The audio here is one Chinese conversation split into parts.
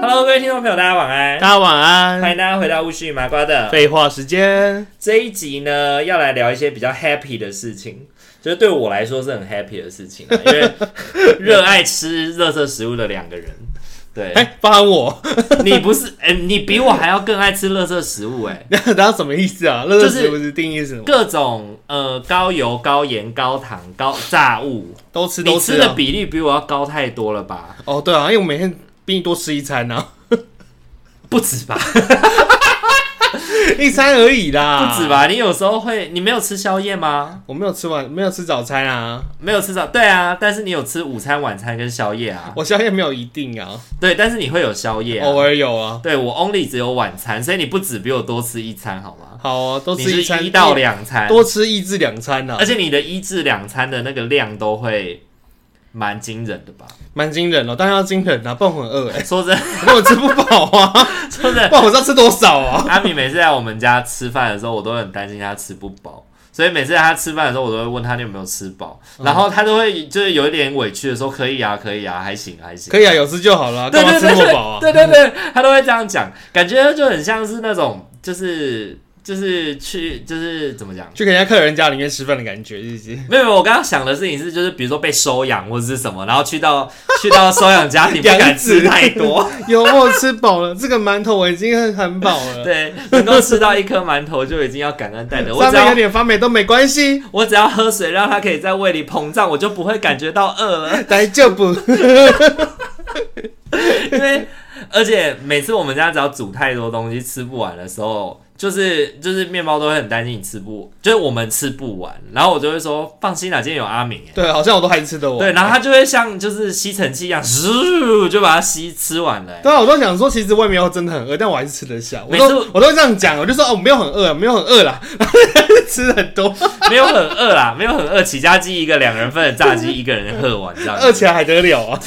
Hello，各位听众朋友，大家晚安。大家晚欢安，迎大家回到巫师与麻瓜的废话时间。这一集呢，要来聊一些比较 happy 的事情，就是对我来说是很 happy 的事情、啊，因为热爱吃热色食物的两个人，对哎、包含我， 你不是，哎、你比我还要更爱吃热色食 物、哎，大家什么意思啊？乐乐就是食物是定义是什么？各种呃高油、高盐、高糖、高炸物，都吃你都吃啊的比例比我要高太多了吧？哦，对啊，因为我每天比你多吃一餐啊， 不止吧，一餐而已啦，不止？吧？你有时候会，你没有吃宵夜吗？我没有吃完，没有吃早餐啊，没有吃早，对啊，但是你有吃午餐、晚餐跟宵夜啊，我宵夜没有一定啊，对，但是你会有宵夜、啊，偶尔有啊。对我 only 只有晚餐，所以你不止比我多吃一餐好吗？好啊，都你吃是餐，一到两餐，多吃一至两餐啊而，且你的一至两餐的那个量都会蛮惊人的吧？蛮惊人哦，当然要惊人啊，不然我很饿 哎、说真 的，不然我吃不饱啊，说真的不，然我知道吃多少啊。阿米每次来我们家吃饭的时候，我都很担心他吃不饱，所以每次他吃饭的时候，我都会问他你有没有吃饱，嗯然后他都会就是有一点委屈的说可以啊，可以啊，还行还行，可以啊，有吃就好了，对干嘛对吃对那么饱啊？对对对，他都会这样讲，感觉就很像是那种就是就是去就是怎么讲？去给人家客人家里面吃饭的感觉，是不是？没有，没有我刚刚想的事情是，就是比如说被收养或者是什么，然后去到 去到收养家庭不养敢子吃太多， 有我吃饱了，这个馒头我已经很很饱了， 对，能够吃到一颗馒头就已经要感恩戴德。我上只面有要点发霉都没关 系，我只要喝水，让它可以在胃里膨胀，我就不会感觉到饿了。 来就不。因为而且每次我们家只要煮太多东西吃不完的时候，就是就是面包都会很担心你吃不，就是我们吃不完，然后我就会说放心啦，今天有阿明、欸。对，好像我都还吃得完。对，然后它就会像就是吸尘器一样，咻就把它吸吃完了欸、对啊，我都想说，其实我也没有真的很饿，但我还是吃得下。我每次都我都这样讲，我就说哦，我没有很饿，没有很饿 啦，然后 吃很多，没有很饿啦，没有很饿，起家鸡一个两人份的炸鸡，一个人喝完 这样子。饿起来还得了啊？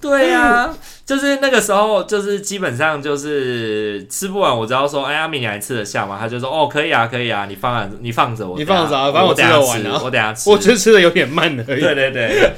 对啊，就是那个时候，就是基本上就是吃不完，我只要说，哎，阿米你还吃得下吗？他就说，哦，可以啊，可以啊，你放啊，你放着我等你下，放着啊反正我我等下吃得完啊吃，我等下吃。我只是吃的有点慢而已。对对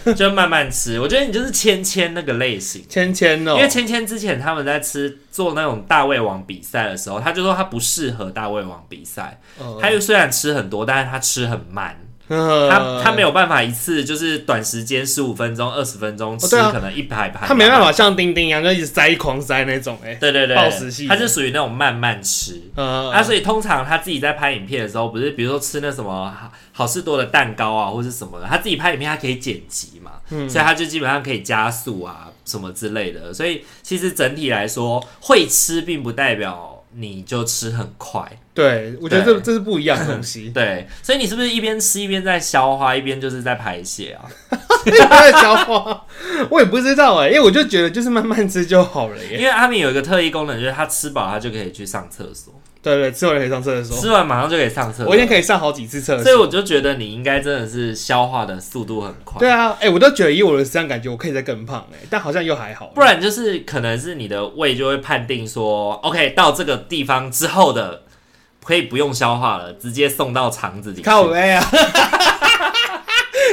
对，就慢慢吃。我觉得你就是芊芊那个类型。芊芊哦因，为芊芊之前他们在吃做那种大胃王比赛的时候，他就说他不适合大胃王比赛。嗯他又虽然吃很多，但是他吃很慢。呃他他没有办法一次就是短时间十五分钟、二十分钟吃对啊可能一排盘，他没办法。像丁丁一样就一直塞狂塞那种哎、欸对对对，暴食系他是属于那种慢慢吃。呃，啊，所以通常他自己在拍影片的时候，不是比如说吃那什么好好事多的蛋糕啊，或是什么的，他自己拍影片，他可以剪辑嘛，嗯所以他就基本上可以加速啊什么之类的。所以其实整体来说，会吃并不代表你就吃很快，对，我觉得这对这是不一样的东西。对。所以你是不是一边吃一边在消化，一边就是在排泄啊？在消化，我也不知道哎、因为我就觉得就是慢慢吃就好了耶。因为阿米有一个特异功能，就是他吃饱他就可以去上厕所，对对，吃完可以上厕所，吃完马上就可以上厕所。哦我一天可以上好几次厕所以所。我就觉得你应该真的是消化的速度很快，对啊，哎、我都觉得以我的这样感觉，我可以再更胖哎、但好像又还好。不然就是可能是你的胃就会判定说，OK，到这个地方之后的可以不用消化了，直接送到肠子里去，靠背啊，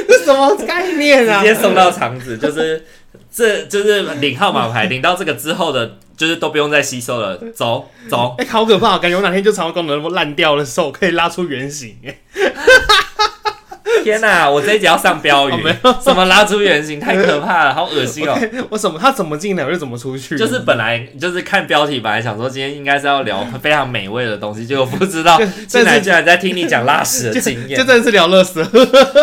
这什么概念直啊？接送到肠子，就是 这就是领号码牌，领到这个之后的，就是都不用再吸收了，走 走。哎、好可怕！感觉我哪天就肠胃功能烂掉的时候，我可以拉出原形、哎天哪、我这一集要上标语，哦没什么拉出原形，太可怕了，好恶心哦。 我什么？他怎么进来我就怎么出去， 就是本来就是看标题，本来想说今天应该是要聊非常美味的东西，结果不知 道进但来是居然在听你讲拉屎的经 就验真，的是聊乐死，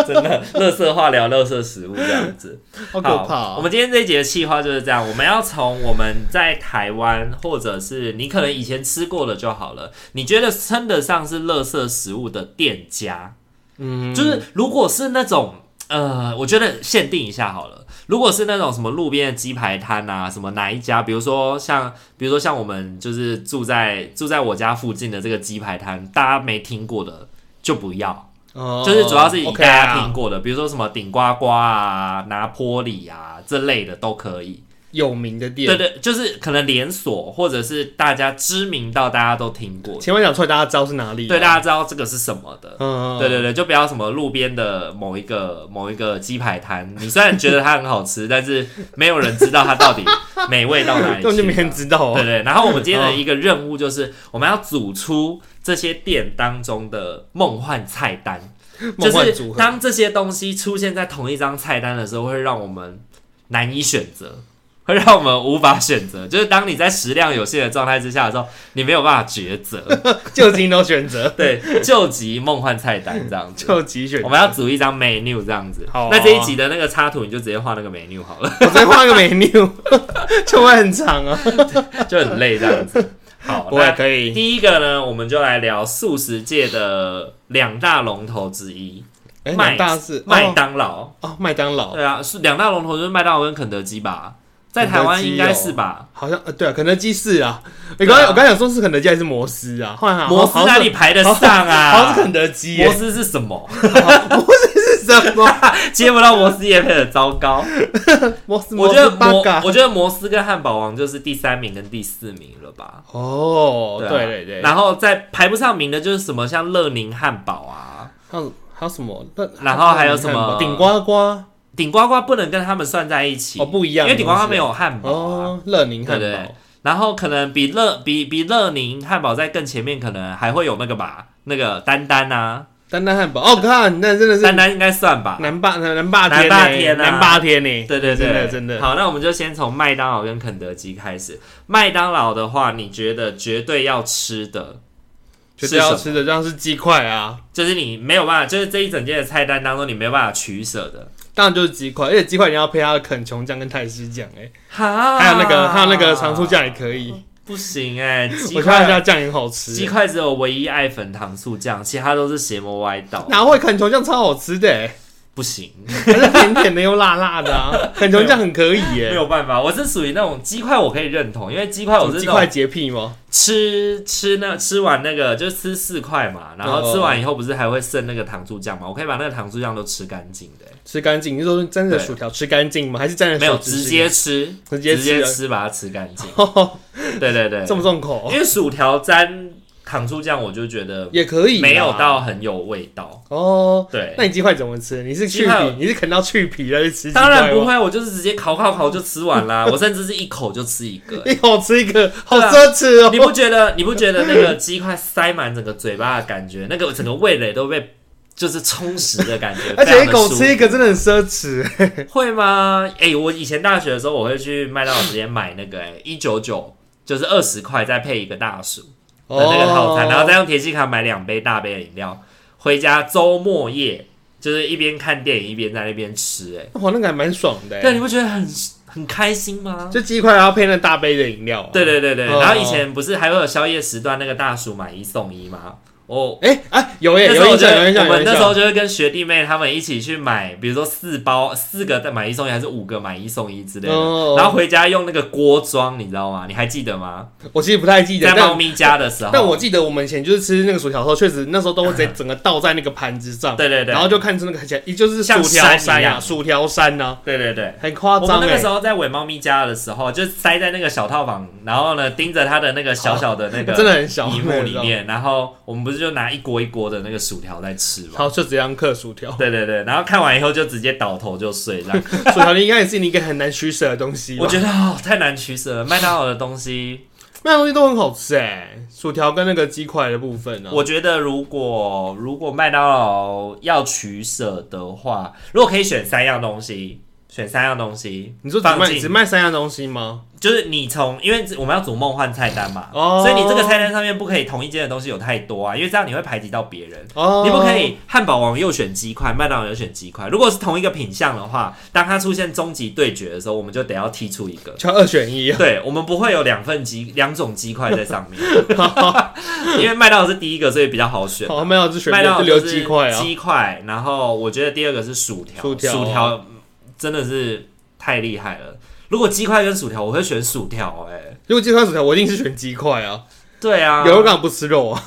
真的，乐色化聊乐色食物这样子，好可怕、我啊。们今天这一节的计划就是这样，我们要从我们在台湾，或者是你可能以前吃过的就好了，你觉得称得上是乐色食物的店家，嗯，就是如果是那种呃，我觉得限定一下好了。如果是那种什么路边的鸡排摊啊，什么哪一家，比如说像，比如说像我们就是住在住在我家附近的这个鸡排摊，大家没听过的就不要，哦就是主要是以大 OK 家听啊，过的，比如说什么顶呱呱啊、拿坡里啊这类的都可以。有名的对店。对，就是可能连锁或者是大家知名到大家都听过，前面讲出来，大家知道是哪里啊？对大家知道这个是什么的。嗯，嗯，对对对对，就不要什么路边的某一个某一个鸡排摊，你虽然觉得它很好吃，但是没有人知道它到底美味到哪 里根去啊。本就没人知道嗯对哦。对，然后我们今天的一个任务就是，我们要组出这些店当中的梦幻菜单，就梦幻是组合当这些东西出现在同一张菜单的时候，会让我们难以选择， 会让我们无法选择。就是当你在食量有限的状态之下的时候，你没有办法抉择。就近都选 择，对，救急梦幻菜单这样 子。就急选择。我们要组一张 menu 这样子。好啊那这一集的那个插图你就直接画那个 menu 好 了，我再画个 menu，就 会很长啊。就很累这样子。好，不会那可以，第一个呢，我们就来聊素食界的两大龙头之一哎，哪麦大是麦当劳。哦哦麦当劳，对啊，是两大龙头就是麦当劳跟肯德基吧，在台湾应该是吧？好像呃对啊，肯德基是啊。你对啊刚才我刚才想说是肯德基还是摩斯啊？后来好摩斯好像哪里排得上好像啊是？肯德基耶 摩，斯是什么？摩斯是什 么？接不到摩斯也配的糟糕。摩斯我摩觉得斯摩八，嘎。我觉得摩斯跟汉堡王就是第三名跟第四名了吧？哦，啊对对对，然后在排不上名的就是什么像乐宁汉堡啊，还有还有什么？那然后还有什么顶呱呱哦，顶呱呱不能跟他们算在一起，不一因样，为顶呱呱没有汉堡啊。哦，乐宁汉对对堡然后可能比乐比比乐宁汉堡在更前面，可能还会有那个吧，那个丹丹啊，丹丹汉堡，哦，看那真的是丹丹应该算吧。南霸南南霸南天霸呢天啊南霸天呢，对对对，真的真的好，那我们就先从麦当劳跟肯德基开始。麦当劳的话，你觉得绝对要吃的绝是对什要么？吃的，像是鸡块啊，就是你没有办法，就是这一整件的菜单当中，你没有办法取舍的。当然就是鸡块，而且鸡块你要配它的肯琼酱跟泰式酱，哎，哈还有那个还有那个糖醋酱也可以，不行哎、啊鸡我看一块下酱也很好吃鸡，块只有唯一爱粉糖醋酱，其他都是邪魔歪道，欸哪会肯琼酱超好吃的，哎不行，还是甜甜的又辣辣的啊，肯琼酱很可以欸没耶，有办法。我是属于那种鸡块我可以认同，因为鸡块我是鸡那块种洁癖吗？吃吃那吃完那个就是吃四块嘛，然后吃完以后不是还会剩那个糖醋酱嘛，我可以把那个糖醋酱都吃干净的、吃干净，你是说沾着对薯条吃干净吗？还是沾着没有手指直吃接吃，直接直接吃 吃把它吃干净。哦，对对对，这么重口因为薯条沾糖醋酱，我就觉得也可以啦，没有到很有味道。哦。对，那你鸡块怎么吃？你是去哎鸡块皮，你是啃到去皮再去吃？当然不，会，我就是直接烤烤烤就吃完啦，我甚至是一口就吃一 个。一口吃一个，好对啊奢侈你哦。不觉得你不觉得那个鸡块塞满整个嘴巴的感觉，那个整个味蕾都被就是充实的感觉， 而且非一常地口舒服吃一个真的很奢侈，会吗？哎、我以前大学的时候，我会去麦当劳直接买那个哎一九九，就是二十块再配一个大薯的那个套哦餐，然后再用铁西卡买两杯大杯的饮料，回家周末夜就是一边看电影一边在那边吃、哎，哦哇，那个还蛮爽的对，欸。你不觉得很很开心吗？就鸡块，然后配那大杯的饮料啊。对对对对，哦然后以前不是还会有宵夜时段那个大叔买一送一吗？哦，哎哎，有耶，那时候有我印就象，有会印我象，有哦们印那时象。候就会跟学弟妹他们一起去买，比如说四包四个买一送一，还是五个买一送一之类的哦，然后回家用那个锅装，你知道吗？你还记得吗？我其实不太记得，在猫但咪家的时候，但我记得我们以前就是吃那个薯条的时候，确实那时候都会直接整个倒在那个盘子上， 对对对，然后就看出那个看起来，也就是薯像条山山一呀，样薯条山呐，对对对。很夸我们张那哎个时。候在伪猫咪家的时候，就塞在那个小套房，然后呢盯着它的那个小小的那个真的很小一幕那个里时候面，然后我们不是就拿一锅一锅的那个薯条在吃然 嘛？后就直接当克薯条，对对对，然后看完以后就直接倒头就睡这样。薯条应该 也是你一个很难取舍的东西吧。我觉得哦太难取舍了，麦当劳的东西那样东西都很好吃哎，薯条跟那个鸡块的部分呢、啊我觉得如果如果麦当劳要取舍的话，如果可以选三样东西，选三样东西，你说只放卖只进，卖三样东西吗？就是你从因为我们要组梦幻菜单嘛，哦所以你这个菜单上面不可以同一间的东西有太多啊，因为这样你会排挤到别人。哦，你不可以汉堡王又选鸡块，麦当劳又选鸡块。如果是同一个品相的话，当它出现终极对决的时候，我们就得要剔出一 个。就二选一啊。对，我们不会有两份鸡两种鸡块在上 面，因为麦当劳是第一个，所以比较好选。好，麦当劳是选麦当劳哦就留就是鸡块啊，鸡块。然后我觉得第二个是薯条，薯条嗯真的是太厉害了。如果鸡块跟薯条，我会选薯条、哎，如果鸡块薯条，我一定是选鸡块啊，对啊，有肉干不吃肉啊，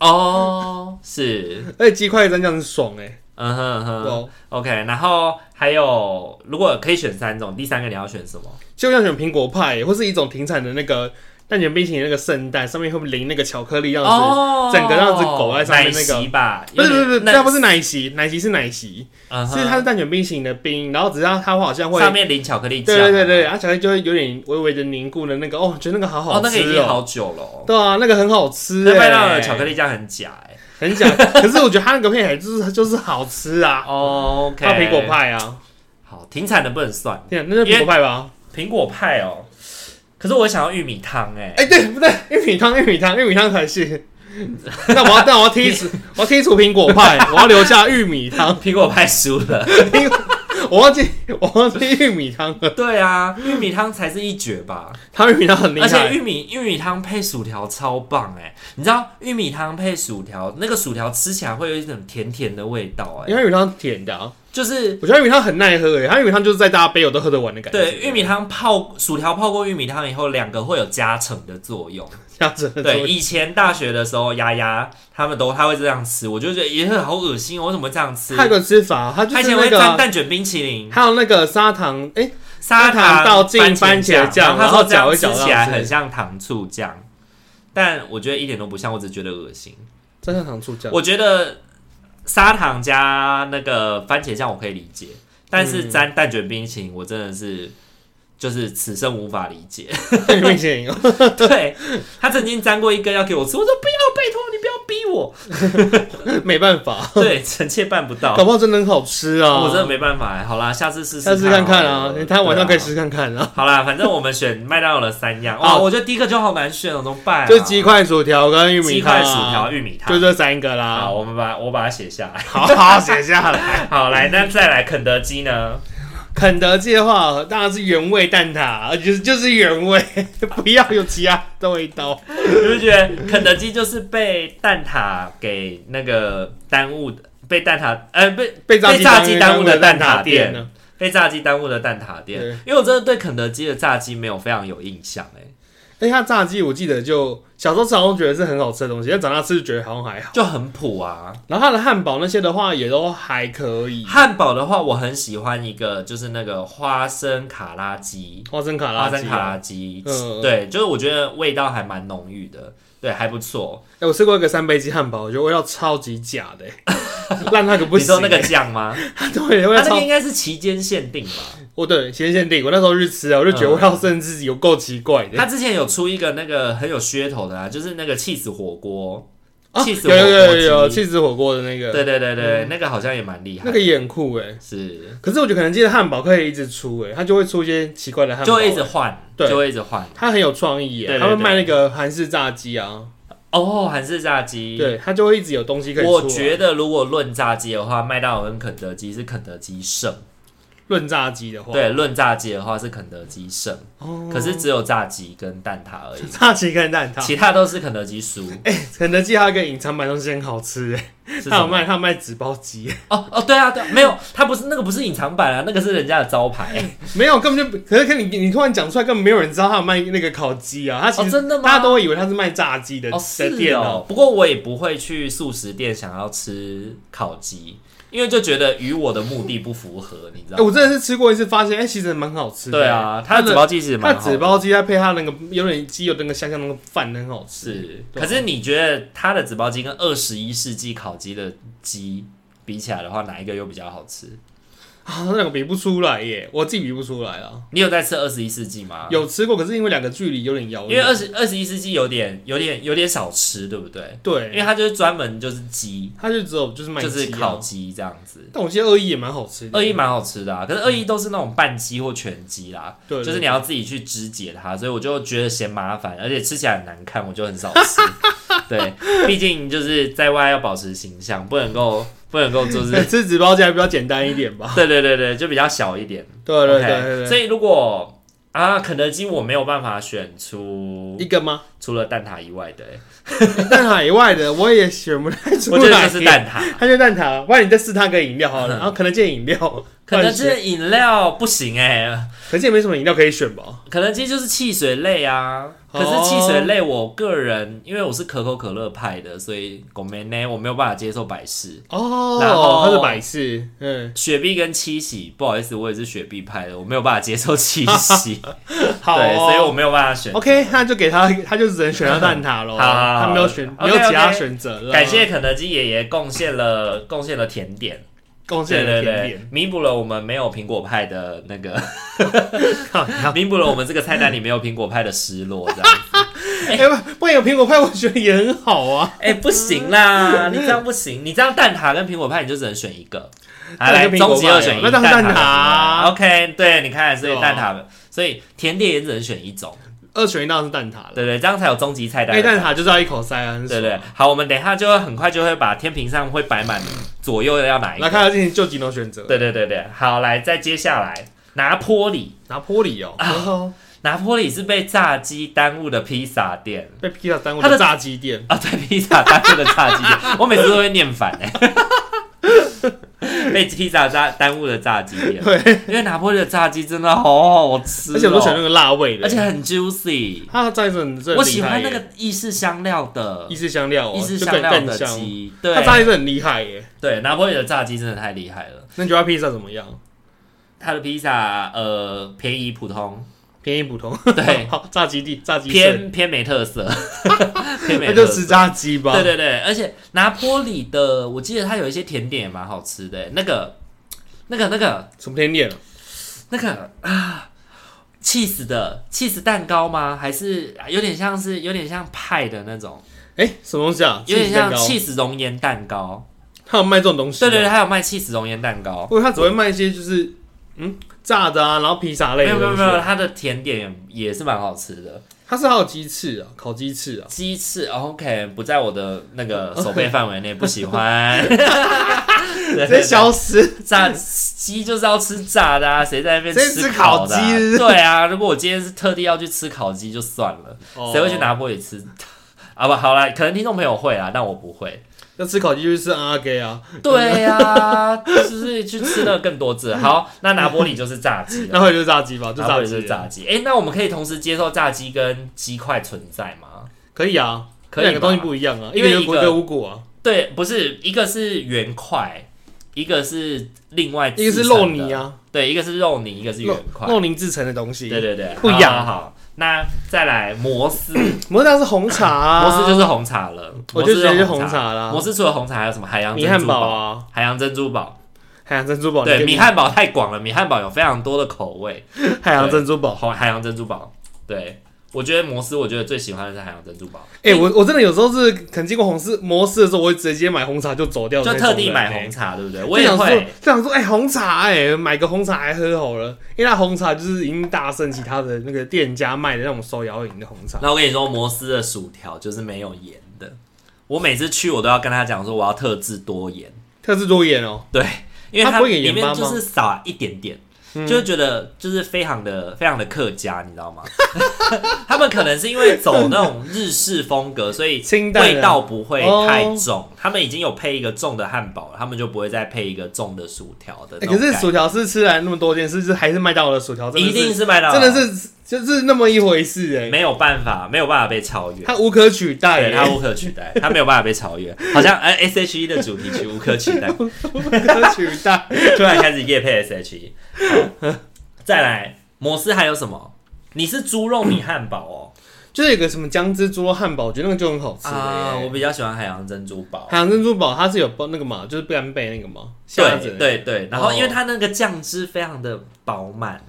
哦，是，而且鸡块蘸酱很爽哎、嗯哼哼对哦，OK。然后还有，如果可以选三种，第三个你要选什么？就像选苹果派、或是一种停产的那个蛋卷冰淇淋那个圣诞，上面会淋那个巧克力样子。哦整个让只狗在上面那个奶昔吧，不是不是不是，有点那不是奶昔，奶昔是奶昔，嗯哼是它是蛋卷冰淇淋的冰，然后只要它好像会，上面淋巧克力对酱，啊对对对，然后巧克力就会有点微微的凝固的那个，哦，觉得那个好好哦，那个已吃经哦，好久了哦，对啊，那个很好吃那麦当劳哎，的巧克力酱很假哎。很假， 可是我觉得它那个配起来就是就是好吃啊，哦 OK，它苹果派啊，好，停产的不能算，天啊，那是苹果派吧？苹果派哦。可是我想要玉米汤哎、哎，对不对？玉米汤，玉 米汤，玉米汤才是。 那我要，那我要剔除， 我要剔除苹果派， 我要留下玉米汤。苹果派输 了。我忘记， 我忘记玉米汤了。对啊，玉米汤才是一绝吧。它玉米汤很厉而且害，玉米玉米汤配薯条超棒哎、你知道玉米汤配薯条，那个薯条吃起来会有一种甜甜的味道哎、因为玉米汤甜的、啊。就是我觉得玉米汤很耐喝欸诶，它玉米汤就是在大家杯友都喝得完的感觉。对玉米汤泡薯条泡过玉米汤以后，两个会有加成的作 用。这样子，对，，以前大学的时候，丫丫他们都他会这样吃，我就觉得也是好恶心哦，我怎么会这样吃？还有个吃法，它就他以是前那会个沾啊蛋卷冰淇淋，还有那个砂糖，哎、砂糖倒进番番茄酱他说这然后搅样一搅吃这起来样吃很像糖醋酱，但我觉得一点都不像，我只觉得恶心。真砂糖醋酱，我觉得砂糖加那个番茄酱我可以理解，但是沾嗯蛋卷冰淇淋我真的是就是此生无法理解。 蛋卷冰淇淋哦，对他曾经沾过一根要给我吃，我说不要，拜托你不要逼 我。没办法，对，臣妾办不到搞。不好真的很好吃啊！哦我真的没办法、好啦，下次试试，下次看看啊，他晚上可以对啊试看看啊。好啦，反正我们选麦当劳的 三样好哦，我觉得第一个就好难选哦，怎么办、啊？就鸡块薯条跟玉米鸡汤、啊，块、薯条、玉米汤，就这三个好，啦。我们把我把它写下来。 好好写下来。好，来，那再来肯德基呢？肯德基的话，当然是原味蛋挞，而且就是就是原味， 不要有其他的味道。你不觉得肯德基就是被蛋挞给那个耽误的，被蛋挞呃被被炸被炸鸡耽耽误误的的蛋蛋挞挞店店呢？被炸鸡耽误的蛋挞店对？因为我真的对肯德基的炸鸡没有非常有印象哎、但它炸鸡，我记得就小时候吃好像觉得是很好吃的东西，但长大吃就觉得好像还好。就很普啊。然后它的汉堡那些的话，也都还可以。汉堡的话，我很喜欢一个就是那个花生卡拉鸡，花生卡拉花鸡生啊，卡拉鸡，嗯对，就是我觉得味道还蛮浓郁的，对，还不错。哎、我吃过一个三杯鸡汉堡，我觉得味道超级假的、欸， 烂那个不你行、说那个酱吗？ 欸对，味它道那个超应。该是期间限定吧？哦，对，咸鲜地，我那时候去吃啊，我就觉得味道甚至有够奇怪的。嗯它之前有出一个那个很有噱头的啊，就是那个 cheese 火锅啊，cheese 火有有有有有锅鸡，气质火锅的那个，对对对对，那个好像也蛮厉害那个，也很酷哎、是可是我觉得可能记得汉堡可以一直出哎、它就会出一些奇怪的汉堡、就会一欸，直换，对就会一直换。它很有创意哎、对对他们对卖那个韩式炸鸡啊，哦，韩式炸鸡，对，它就会一直有东西可以出、啊。我觉得如果论炸鸡的话，麦当劳跟肯德基是肯德基胜。论炸鸡的话，对，论炸鸡的话是肯德基胜，哦，可是只有炸鸡跟蛋挞而已，炸鸡跟蛋挞，其他都是肯德基输。肯德基还有一个隐藏版东西很哎好吃哎、是什它有么？卖它有卖纸包鸡、哦哦，对啊，对啊，没有，它不是那个不是隐藏版啊，那个是人家的招牌。 没有，根本就可是可你你突然讲出来，根本没有人知道他有卖那个烤鸡啊，他其哦，实、真的吗？大家都会以为他是卖炸鸡的、哦的是店哦，不过我也不会去素食店想要吃烤鸡，因为就觉得与我的目的不符合，你知哎、道吗？我真的是吃过一次，发现哎、其实蛮好吃的。对，啊，它它的的纸包鸡其实它蛮好纸的。包鸡再配它那个有点鸡有那个香香那个饭很好吃。是，对啊可是你觉得它的纸包鸡跟二十一世纪烤鸡的鸡比起来的话，哪一个又比较好吃？啊，那两个比不出来耶，我自己比不出来啊。你有在吃二十一世纪吗？，有吃过，可是因为两个距离有点遥啊因远。为二十二十一世纪有点有点有点少吃，对不对？因为对，它就是专门就是鸡，它就只有就是卖鸡、就啊，是烤。鸡这样子。但我记得二一也蛮好吃的。二一蛮好吃的啊，可是二一都是那种半鸡或全鸡啦，对，就是对你要自己去肢解它，所以我就觉得嫌麻烦，而且吃起来很难看，我就很少 吃。对，毕竟就是在外要保持形象，不能够不能 够就是对吃纸包鸡还比较简单一点吧。对对对对，就比较小一点。对对 OK，对对所对。以如果啊，肯德基我没有办法选出一个吗？除了蛋挞以外的、欸蛋挞以外的我也 选不太出来。 我觉得就是蛋挞。嗯 它就蛋挞，不然你再试它个饮料好了，然后可能见饮料，肯德基的饮料不行哎、可是也没什么饮料可以选吧？肯德基就是汽水类啊。可哦是汽水类，我个人因为我是可口可乐派的，所以我没呢，我没有办法接受百事、哦，然后它是百事，嗯，雪碧跟七喜。不好意思，我也是雪碧派的，我没有办法接受七喜， 好、对，所以我哦。没有办法选。 OK，那就给他，他就只能选到蛋挞喽。好好好他没有选，没 OK，有其他 OK 选择了。感谢肯德基爷爷贡献了贡献了甜点，贡对献对的甜对点。，弥补了我们没有苹果派的那 个， 靠你啊弥补了我们这个菜单里没有苹果派的失落，这样子。哎、不，不然有苹果派，我觉得也很好啊。哎、不行嗯啦，你这样不行，你这样蛋挞跟苹果派你就只能选一个。好，那来，就苹果派终极二选一，那当然跟苹果蛋挞啊派 OK，对，你看，所以对啊蛋挞，所以甜点也只能选一种，二选一当然是蛋挞了，对不对？这样才有终极菜哎、单。蛋挞就是要一口塞啊，很对爽不对。好，我们等一下就会很快就会把天平上会摆满左右要哪一来个。看要进行就几种选择，对对对对，好，来，再接下来拿坡里，拿坡里哦，啊、拿坡里是被炸鸡耽误的披萨店。被披萨耽误它的的炸鸡店，啊，对，披萨耽误了炸鸡店， 我每次都会念反哎、 被披萨炸耽误了炸鸡店，对，因为拿破仑的炸鸡真的好好吃、哦，而且我都选那个辣味的，而且很 juicy，它的炸鸡很，真的很我喜厉害欢耶那个意式香料的意。式香料、哦，意式就香更料更的香。鸡，它炸对鸡是很厉害耶，对，拿破仑的炸鸡真的太厉害了。那你觉得它披萨怎么样？它的披萨呃便宜普通，便宜普通，对 好，炸鸡地炸鸡胜，偏偏没 特色，偏没那特就色吃。炸鸡吧。对对对，而且拿坡里的，我记得它有一些甜点也蛮好吃的，欸那个、那个、那个、什么甜点？那个啊，cheese 的 cheese 蛋糕吗？还是有点像是有点像派的那种，哎，什么东西啊？有点 cheese 蛋像糕 cheese 熔岩蛋糕。它有卖这种东西啊对吗？对对，还有卖 cheese 熔岩蛋糕。不过它只会卖一些就是嗯炸的啊，然后披萨没类的有没有东没有，西。它的甜点也是蛮好吃的，它是还有鸡翅啊，烤鸡翅啊。鸡翅哦 OK 不在我的那哦个手背范围内，不喜欢。 直接消失，炸鸡就是要吃炸的啊，谁在那边嗯谁吃烤的、啊？烤鸡是不是对啊，如果我今天是特地要去吃烤鸡就算了，哦谁、会去？拿坡里吃？ 啊不，好啦，可能听众朋友会啊，但我不会。要吃烤鸡就是吃阿给啊，对啊，就是去吃了更多 次。好，那拿坡里就是炸鸡那了，会就是炸鸡吧，啊就拿坡炸里就鸡是，炸鸡。哎、那我们可以同时接受炸鸡跟鸡块存在吗？可以啊，可以两个吧东西不一样啊，因因为为有一果个跟无果啊，对，不是一个是圆块，一个是另外一个是制成肉的泥，啊，对，一个是肉泥，一个是圆肉块。肉泥制成的东西。对对对，不一样好好好，那再来摩斯，摩纳是红茶 啊，摩斯就是红茶了，我摩斯就直接是是红红。茶啦摩，斯除了红茶还有什么？海洋米珍汉珠堡堡、啊，海洋珍珠堡。海洋珍珠堡，对，你可以米汉堡太广了，米汉堡有非常多的口味。海洋珍珠堡。红海洋珍珠堡，对我觉得摩斯，我觉得最喜欢的是海洋珍珠堡，哎，我我真的有时候是可能经过红市摩斯的时候，我会直接买红茶就走掉的就那种人特欸，地买红茶，对不对？就我也想说会，就想说，哎、红茶、哎，买个红茶来喝好了，因为那红茶就是已经大胜其他的那个店家卖的那种手摇饮的红茶。那我跟你说，摩斯的薯条就是没有盐的。我每次去，我都要跟他讲说，我要特制多盐，特制多盐哦、对，因为它它不会给里盐巴面吗就是撒一点点，嗯就会觉得就是非常的非常的客家，你知道吗？ 他们可能是因为走那种日式风格，所以清淡的哦味道不会太重。他们已经有配一个重的汉堡了，他们就不会再配一个重的薯条的哎可那种是感觉。薯条是吃来那么多店，是不是还是麦当劳的薯条？真的是一定是麦当劳，真的是就是那么一回事哎、啊没有办法，没有办法被超 越。它无可取代、对，欸，它无可取代，它没有办法被超越。好像哎，S H E 的主题曲无可取代，无可取代。 突然开始夜配 S H E。好再来，摩斯还有什么？你是猪肉米汉堡哦。就是有个什么姜汁猪肉汉堡，我觉得那个就很好吃、欸。啊，我比较喜欢海洋珍珠堡。海洋珍珠堡它是有包那个嘛，就是干贝那个嘛，虾子对那个。对对，然后哦因为它那个酱汁非常的饱满，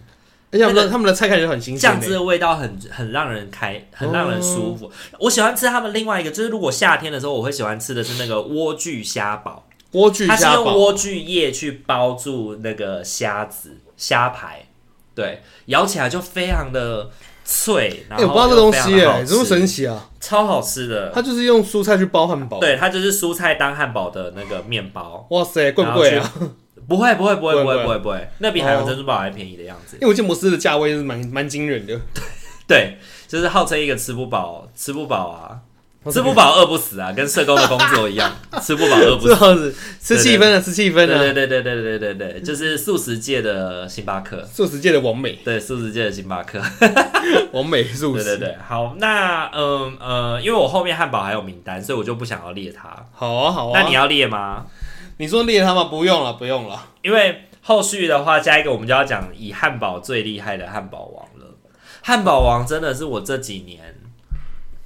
而且他们那的他们的菜看起来就很新鲜、欸。酱汁的味道很很让人开，很让人舒服。我喜欢吃他们另外一个，就是如果夏天的时候，我会喜欢吃的是那个莴苣虾堡，莴苣它是虾用堡，莴苣叶去包住那个虾子虾排，对，咬起来就非常的脆，然哎、后我不知道这东西又非常哎、好欸，吃这么神奇啊！超好吃的。它就是用蔬菜去包汉堡。，对，它就是蔬菜当汉堡的那个面包，哇塞，贵不贵啊？不会不会不会不会不会不会哦不会不会，那比海洋珍珠堡还便宜的样子。因为我记得摩斯的价位是蛮蛮惊人的。对，就是号称一个吃不饱吃不饱啊，吃不饱饿不死啊，跟社工的工作 一样，吃不饱饿不这死。样子吃气氛了，啊吃气氛对对了，对对对对对对，就是素食界的星巴克，素食界的王美，对素食界的星巴克。王美素对食，对对，好，那嗯呃，因为我后面汉堡还有名单，所以我就不想要列它。好啊好啊。那你要列吗？你说列他吗？不用了，不用了。因为后续的话，加一个我们就要讲以汉堡最厉害的汉堡王了。汉堡王真的是我这几年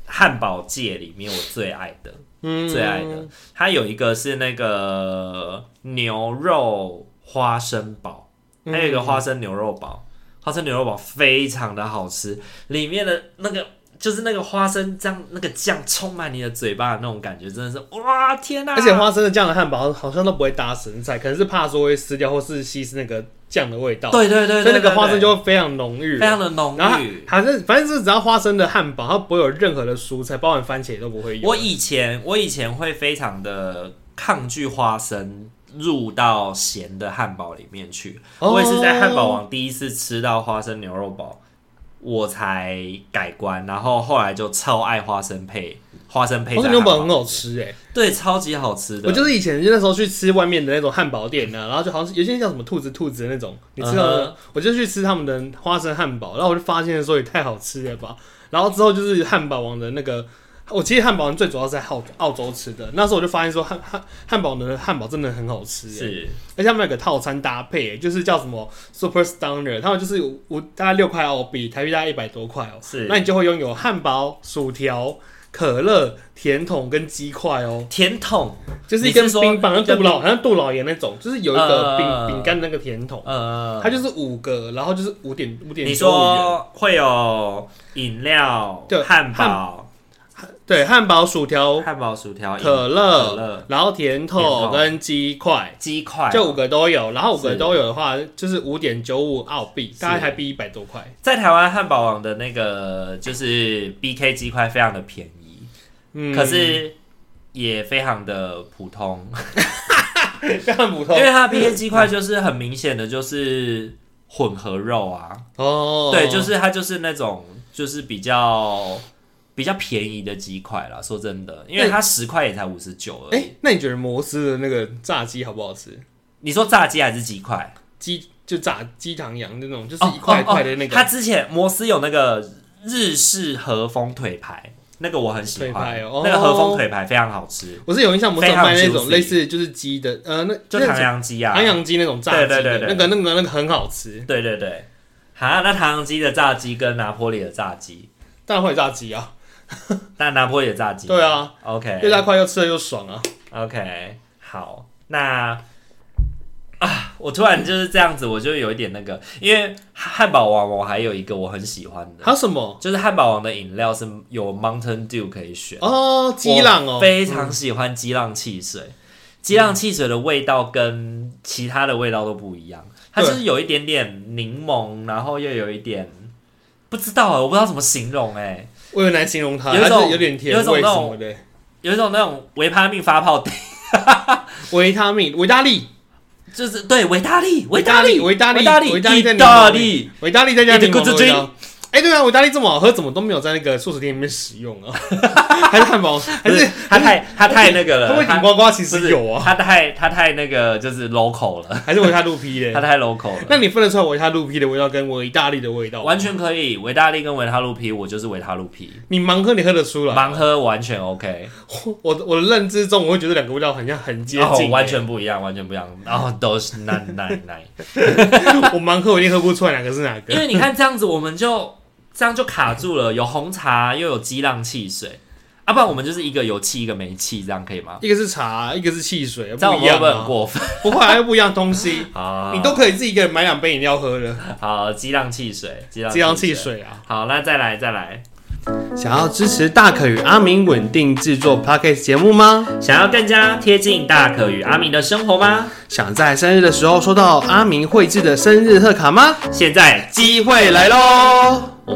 汉堡界里面我最爱的，嗯，最爱的。它有一个是那个牛肉花生堡，还有一个花生牛肉堡，花生牛肉堡非常的好吃，里面的那个就是那个花生酱，那个酱充满你的嘴巴的那种感觉，真的是哇天哪、 而且花生的酱的汉堡好像都不会搭生菜，可能是怕说会撕掉或是稀释那个酱的味道，对对对对所以那个花生对就会非常浓郁，对非常的浓然后郁。它反正反正是只要花生的汉堡，它不会有任何的蔬菜，包含番茄都不会有。我以前我以前会非常的抗拒花生。入到咸的汉堡里面去，哦我也是在汉堡王第一次吃到花生牛肉堡，我才改观，然后后来就超爱花生配花生配。花生牛堡很好，吃哎、对，啊超级好吃的。我就是以前就那时候去吃外面的那种汉堡店啊呢、然后就好像是有些叫什么兔子兔子的那种，你知道嗯的哼我就去吃他们的花生汉堡，然后我就发现说也太好吃了吧。然后之后就是汉堡王的那个，我其实汉堡王最主要是在澳澳洲吃的，那时候我就发现说汉汉汉堡王的汉堡真的很好吃、欸，是而且他们有个套餐搭配、欸就是叫什么 Super Stunner，他们就是有五大概六块澳币，台币大概一百多块哦、是那你就会拥有汉堡、薯条、可乐、甜筒跟鸡块哦。甜筒，就是一你根是说冰棒，一像根杜老好像杜老爷那种，就是有一个呃饼饼干的那个甜筒，呃，它就是五个，然后就是五点五点你九五元。说会有饮料对、汉堡、对，汉堡、薯条、汉堡、薯条、饮可可乐乐，然后甜甜筒筒跟鸡块，鸡块，这五个都有。然后五个是都有的话，就是五点九五澳币，是大概台币一百多块。在台湾汉堡王的那个就是 BK 鸡块非常的便宜，嗯，可是也非常的普通，非常普因通为它的 BK 鸡块就是很明显的就是混合肉啊，哦。 对，就是它就是那种就是比较。比较便宜的鸡块啦，说真的，因为它十块也才五十九而已。哎，那你觉得摩斯的那个炸鸡好不好吃？你说炸鸡还是鸡块？鸡就炸鸡糖羊那种，就是一块一块的那哦哦哦他个之前摩斯有那个日式和风腿排，那个我很喜腿欢，排哦那个和风腿排非常好吃，我是有印象，我们非有常卖那种 juicy 类似就是鸡的，呃，那就那种唐扬鸡啊，唐扬鸡那种炸鸡的，对对对对那个那个那个很好吃，对对对。啊，那唐扬鸡的炸鸡跟拿坡里的炸鸡，当然会有炸鸡啊，但拿坡里的炸鸡，对啊又，OK 大块又吃的又爽啊， OK，好，那啊，我突然就是这样子，我就有一点那个，因为汉堡王我还有一个我很喜欢的，还有什么就是汉堡王的饮料是有 Mountain Dew 可以选。哦，鸡浪哦我，非常喜欢激浪汽水。激浪汽水的味道跟其他的味道都不一样，它就是有一点点柠檬，然后又有一点不知道啊，我不知道怎么形容哎、我很难形容它，有一它种是有点甜有一种味那什种么的，有一种那种维他命发泡体，维他命、维他利、就是对维 他利、维他利、维他利维他利、维他利在意柠檬大里利，维他利再加柠檬一直的咕味吱道。哎，对啊，维他利这么好喝，怎么都没有在那个素食店里面使用 啊？还是汉堡，还不是是它太它太那个会不会了，顶它呱呱其不实是有啊？它太它太那个就是 local 了，还是维他露 P 它 的？太 local 了，那你分得出来维他露 P 的味道跟维大利的味道吗？完全可以维他利跟维他露皮，我就是维他露皮，你盲喝你喝得出来？盲喝完全 OK。 我的我的认知中，我会觉得两个味道很像很接近、哦，完欸全不一样，完全不一样。然后都是奶奶奶，欸 我盲喝我一定喝不出来哪个是哪 因个。为你看这样子，我们就这样就卡住了，有红茶又有激浪汽水，啊，不然我们就是一个有气一个没气，这样可以吗？一个是茶，一个是汽水，这样不我一们会样不会很啊，过分？不会啊，又不一样东西， 好，你都可以自己一个人买两杯饮料喝了，好，激浪汽水，激浪这样汽。水啊。好，那再来再来，想要支持大可与阿明稳定制作 podcast 节目吗？想要更加贴近大可与阿明的生活吗？想在生日的时候收到阿明绘制的生日贺卡吗？现在机会来喽！我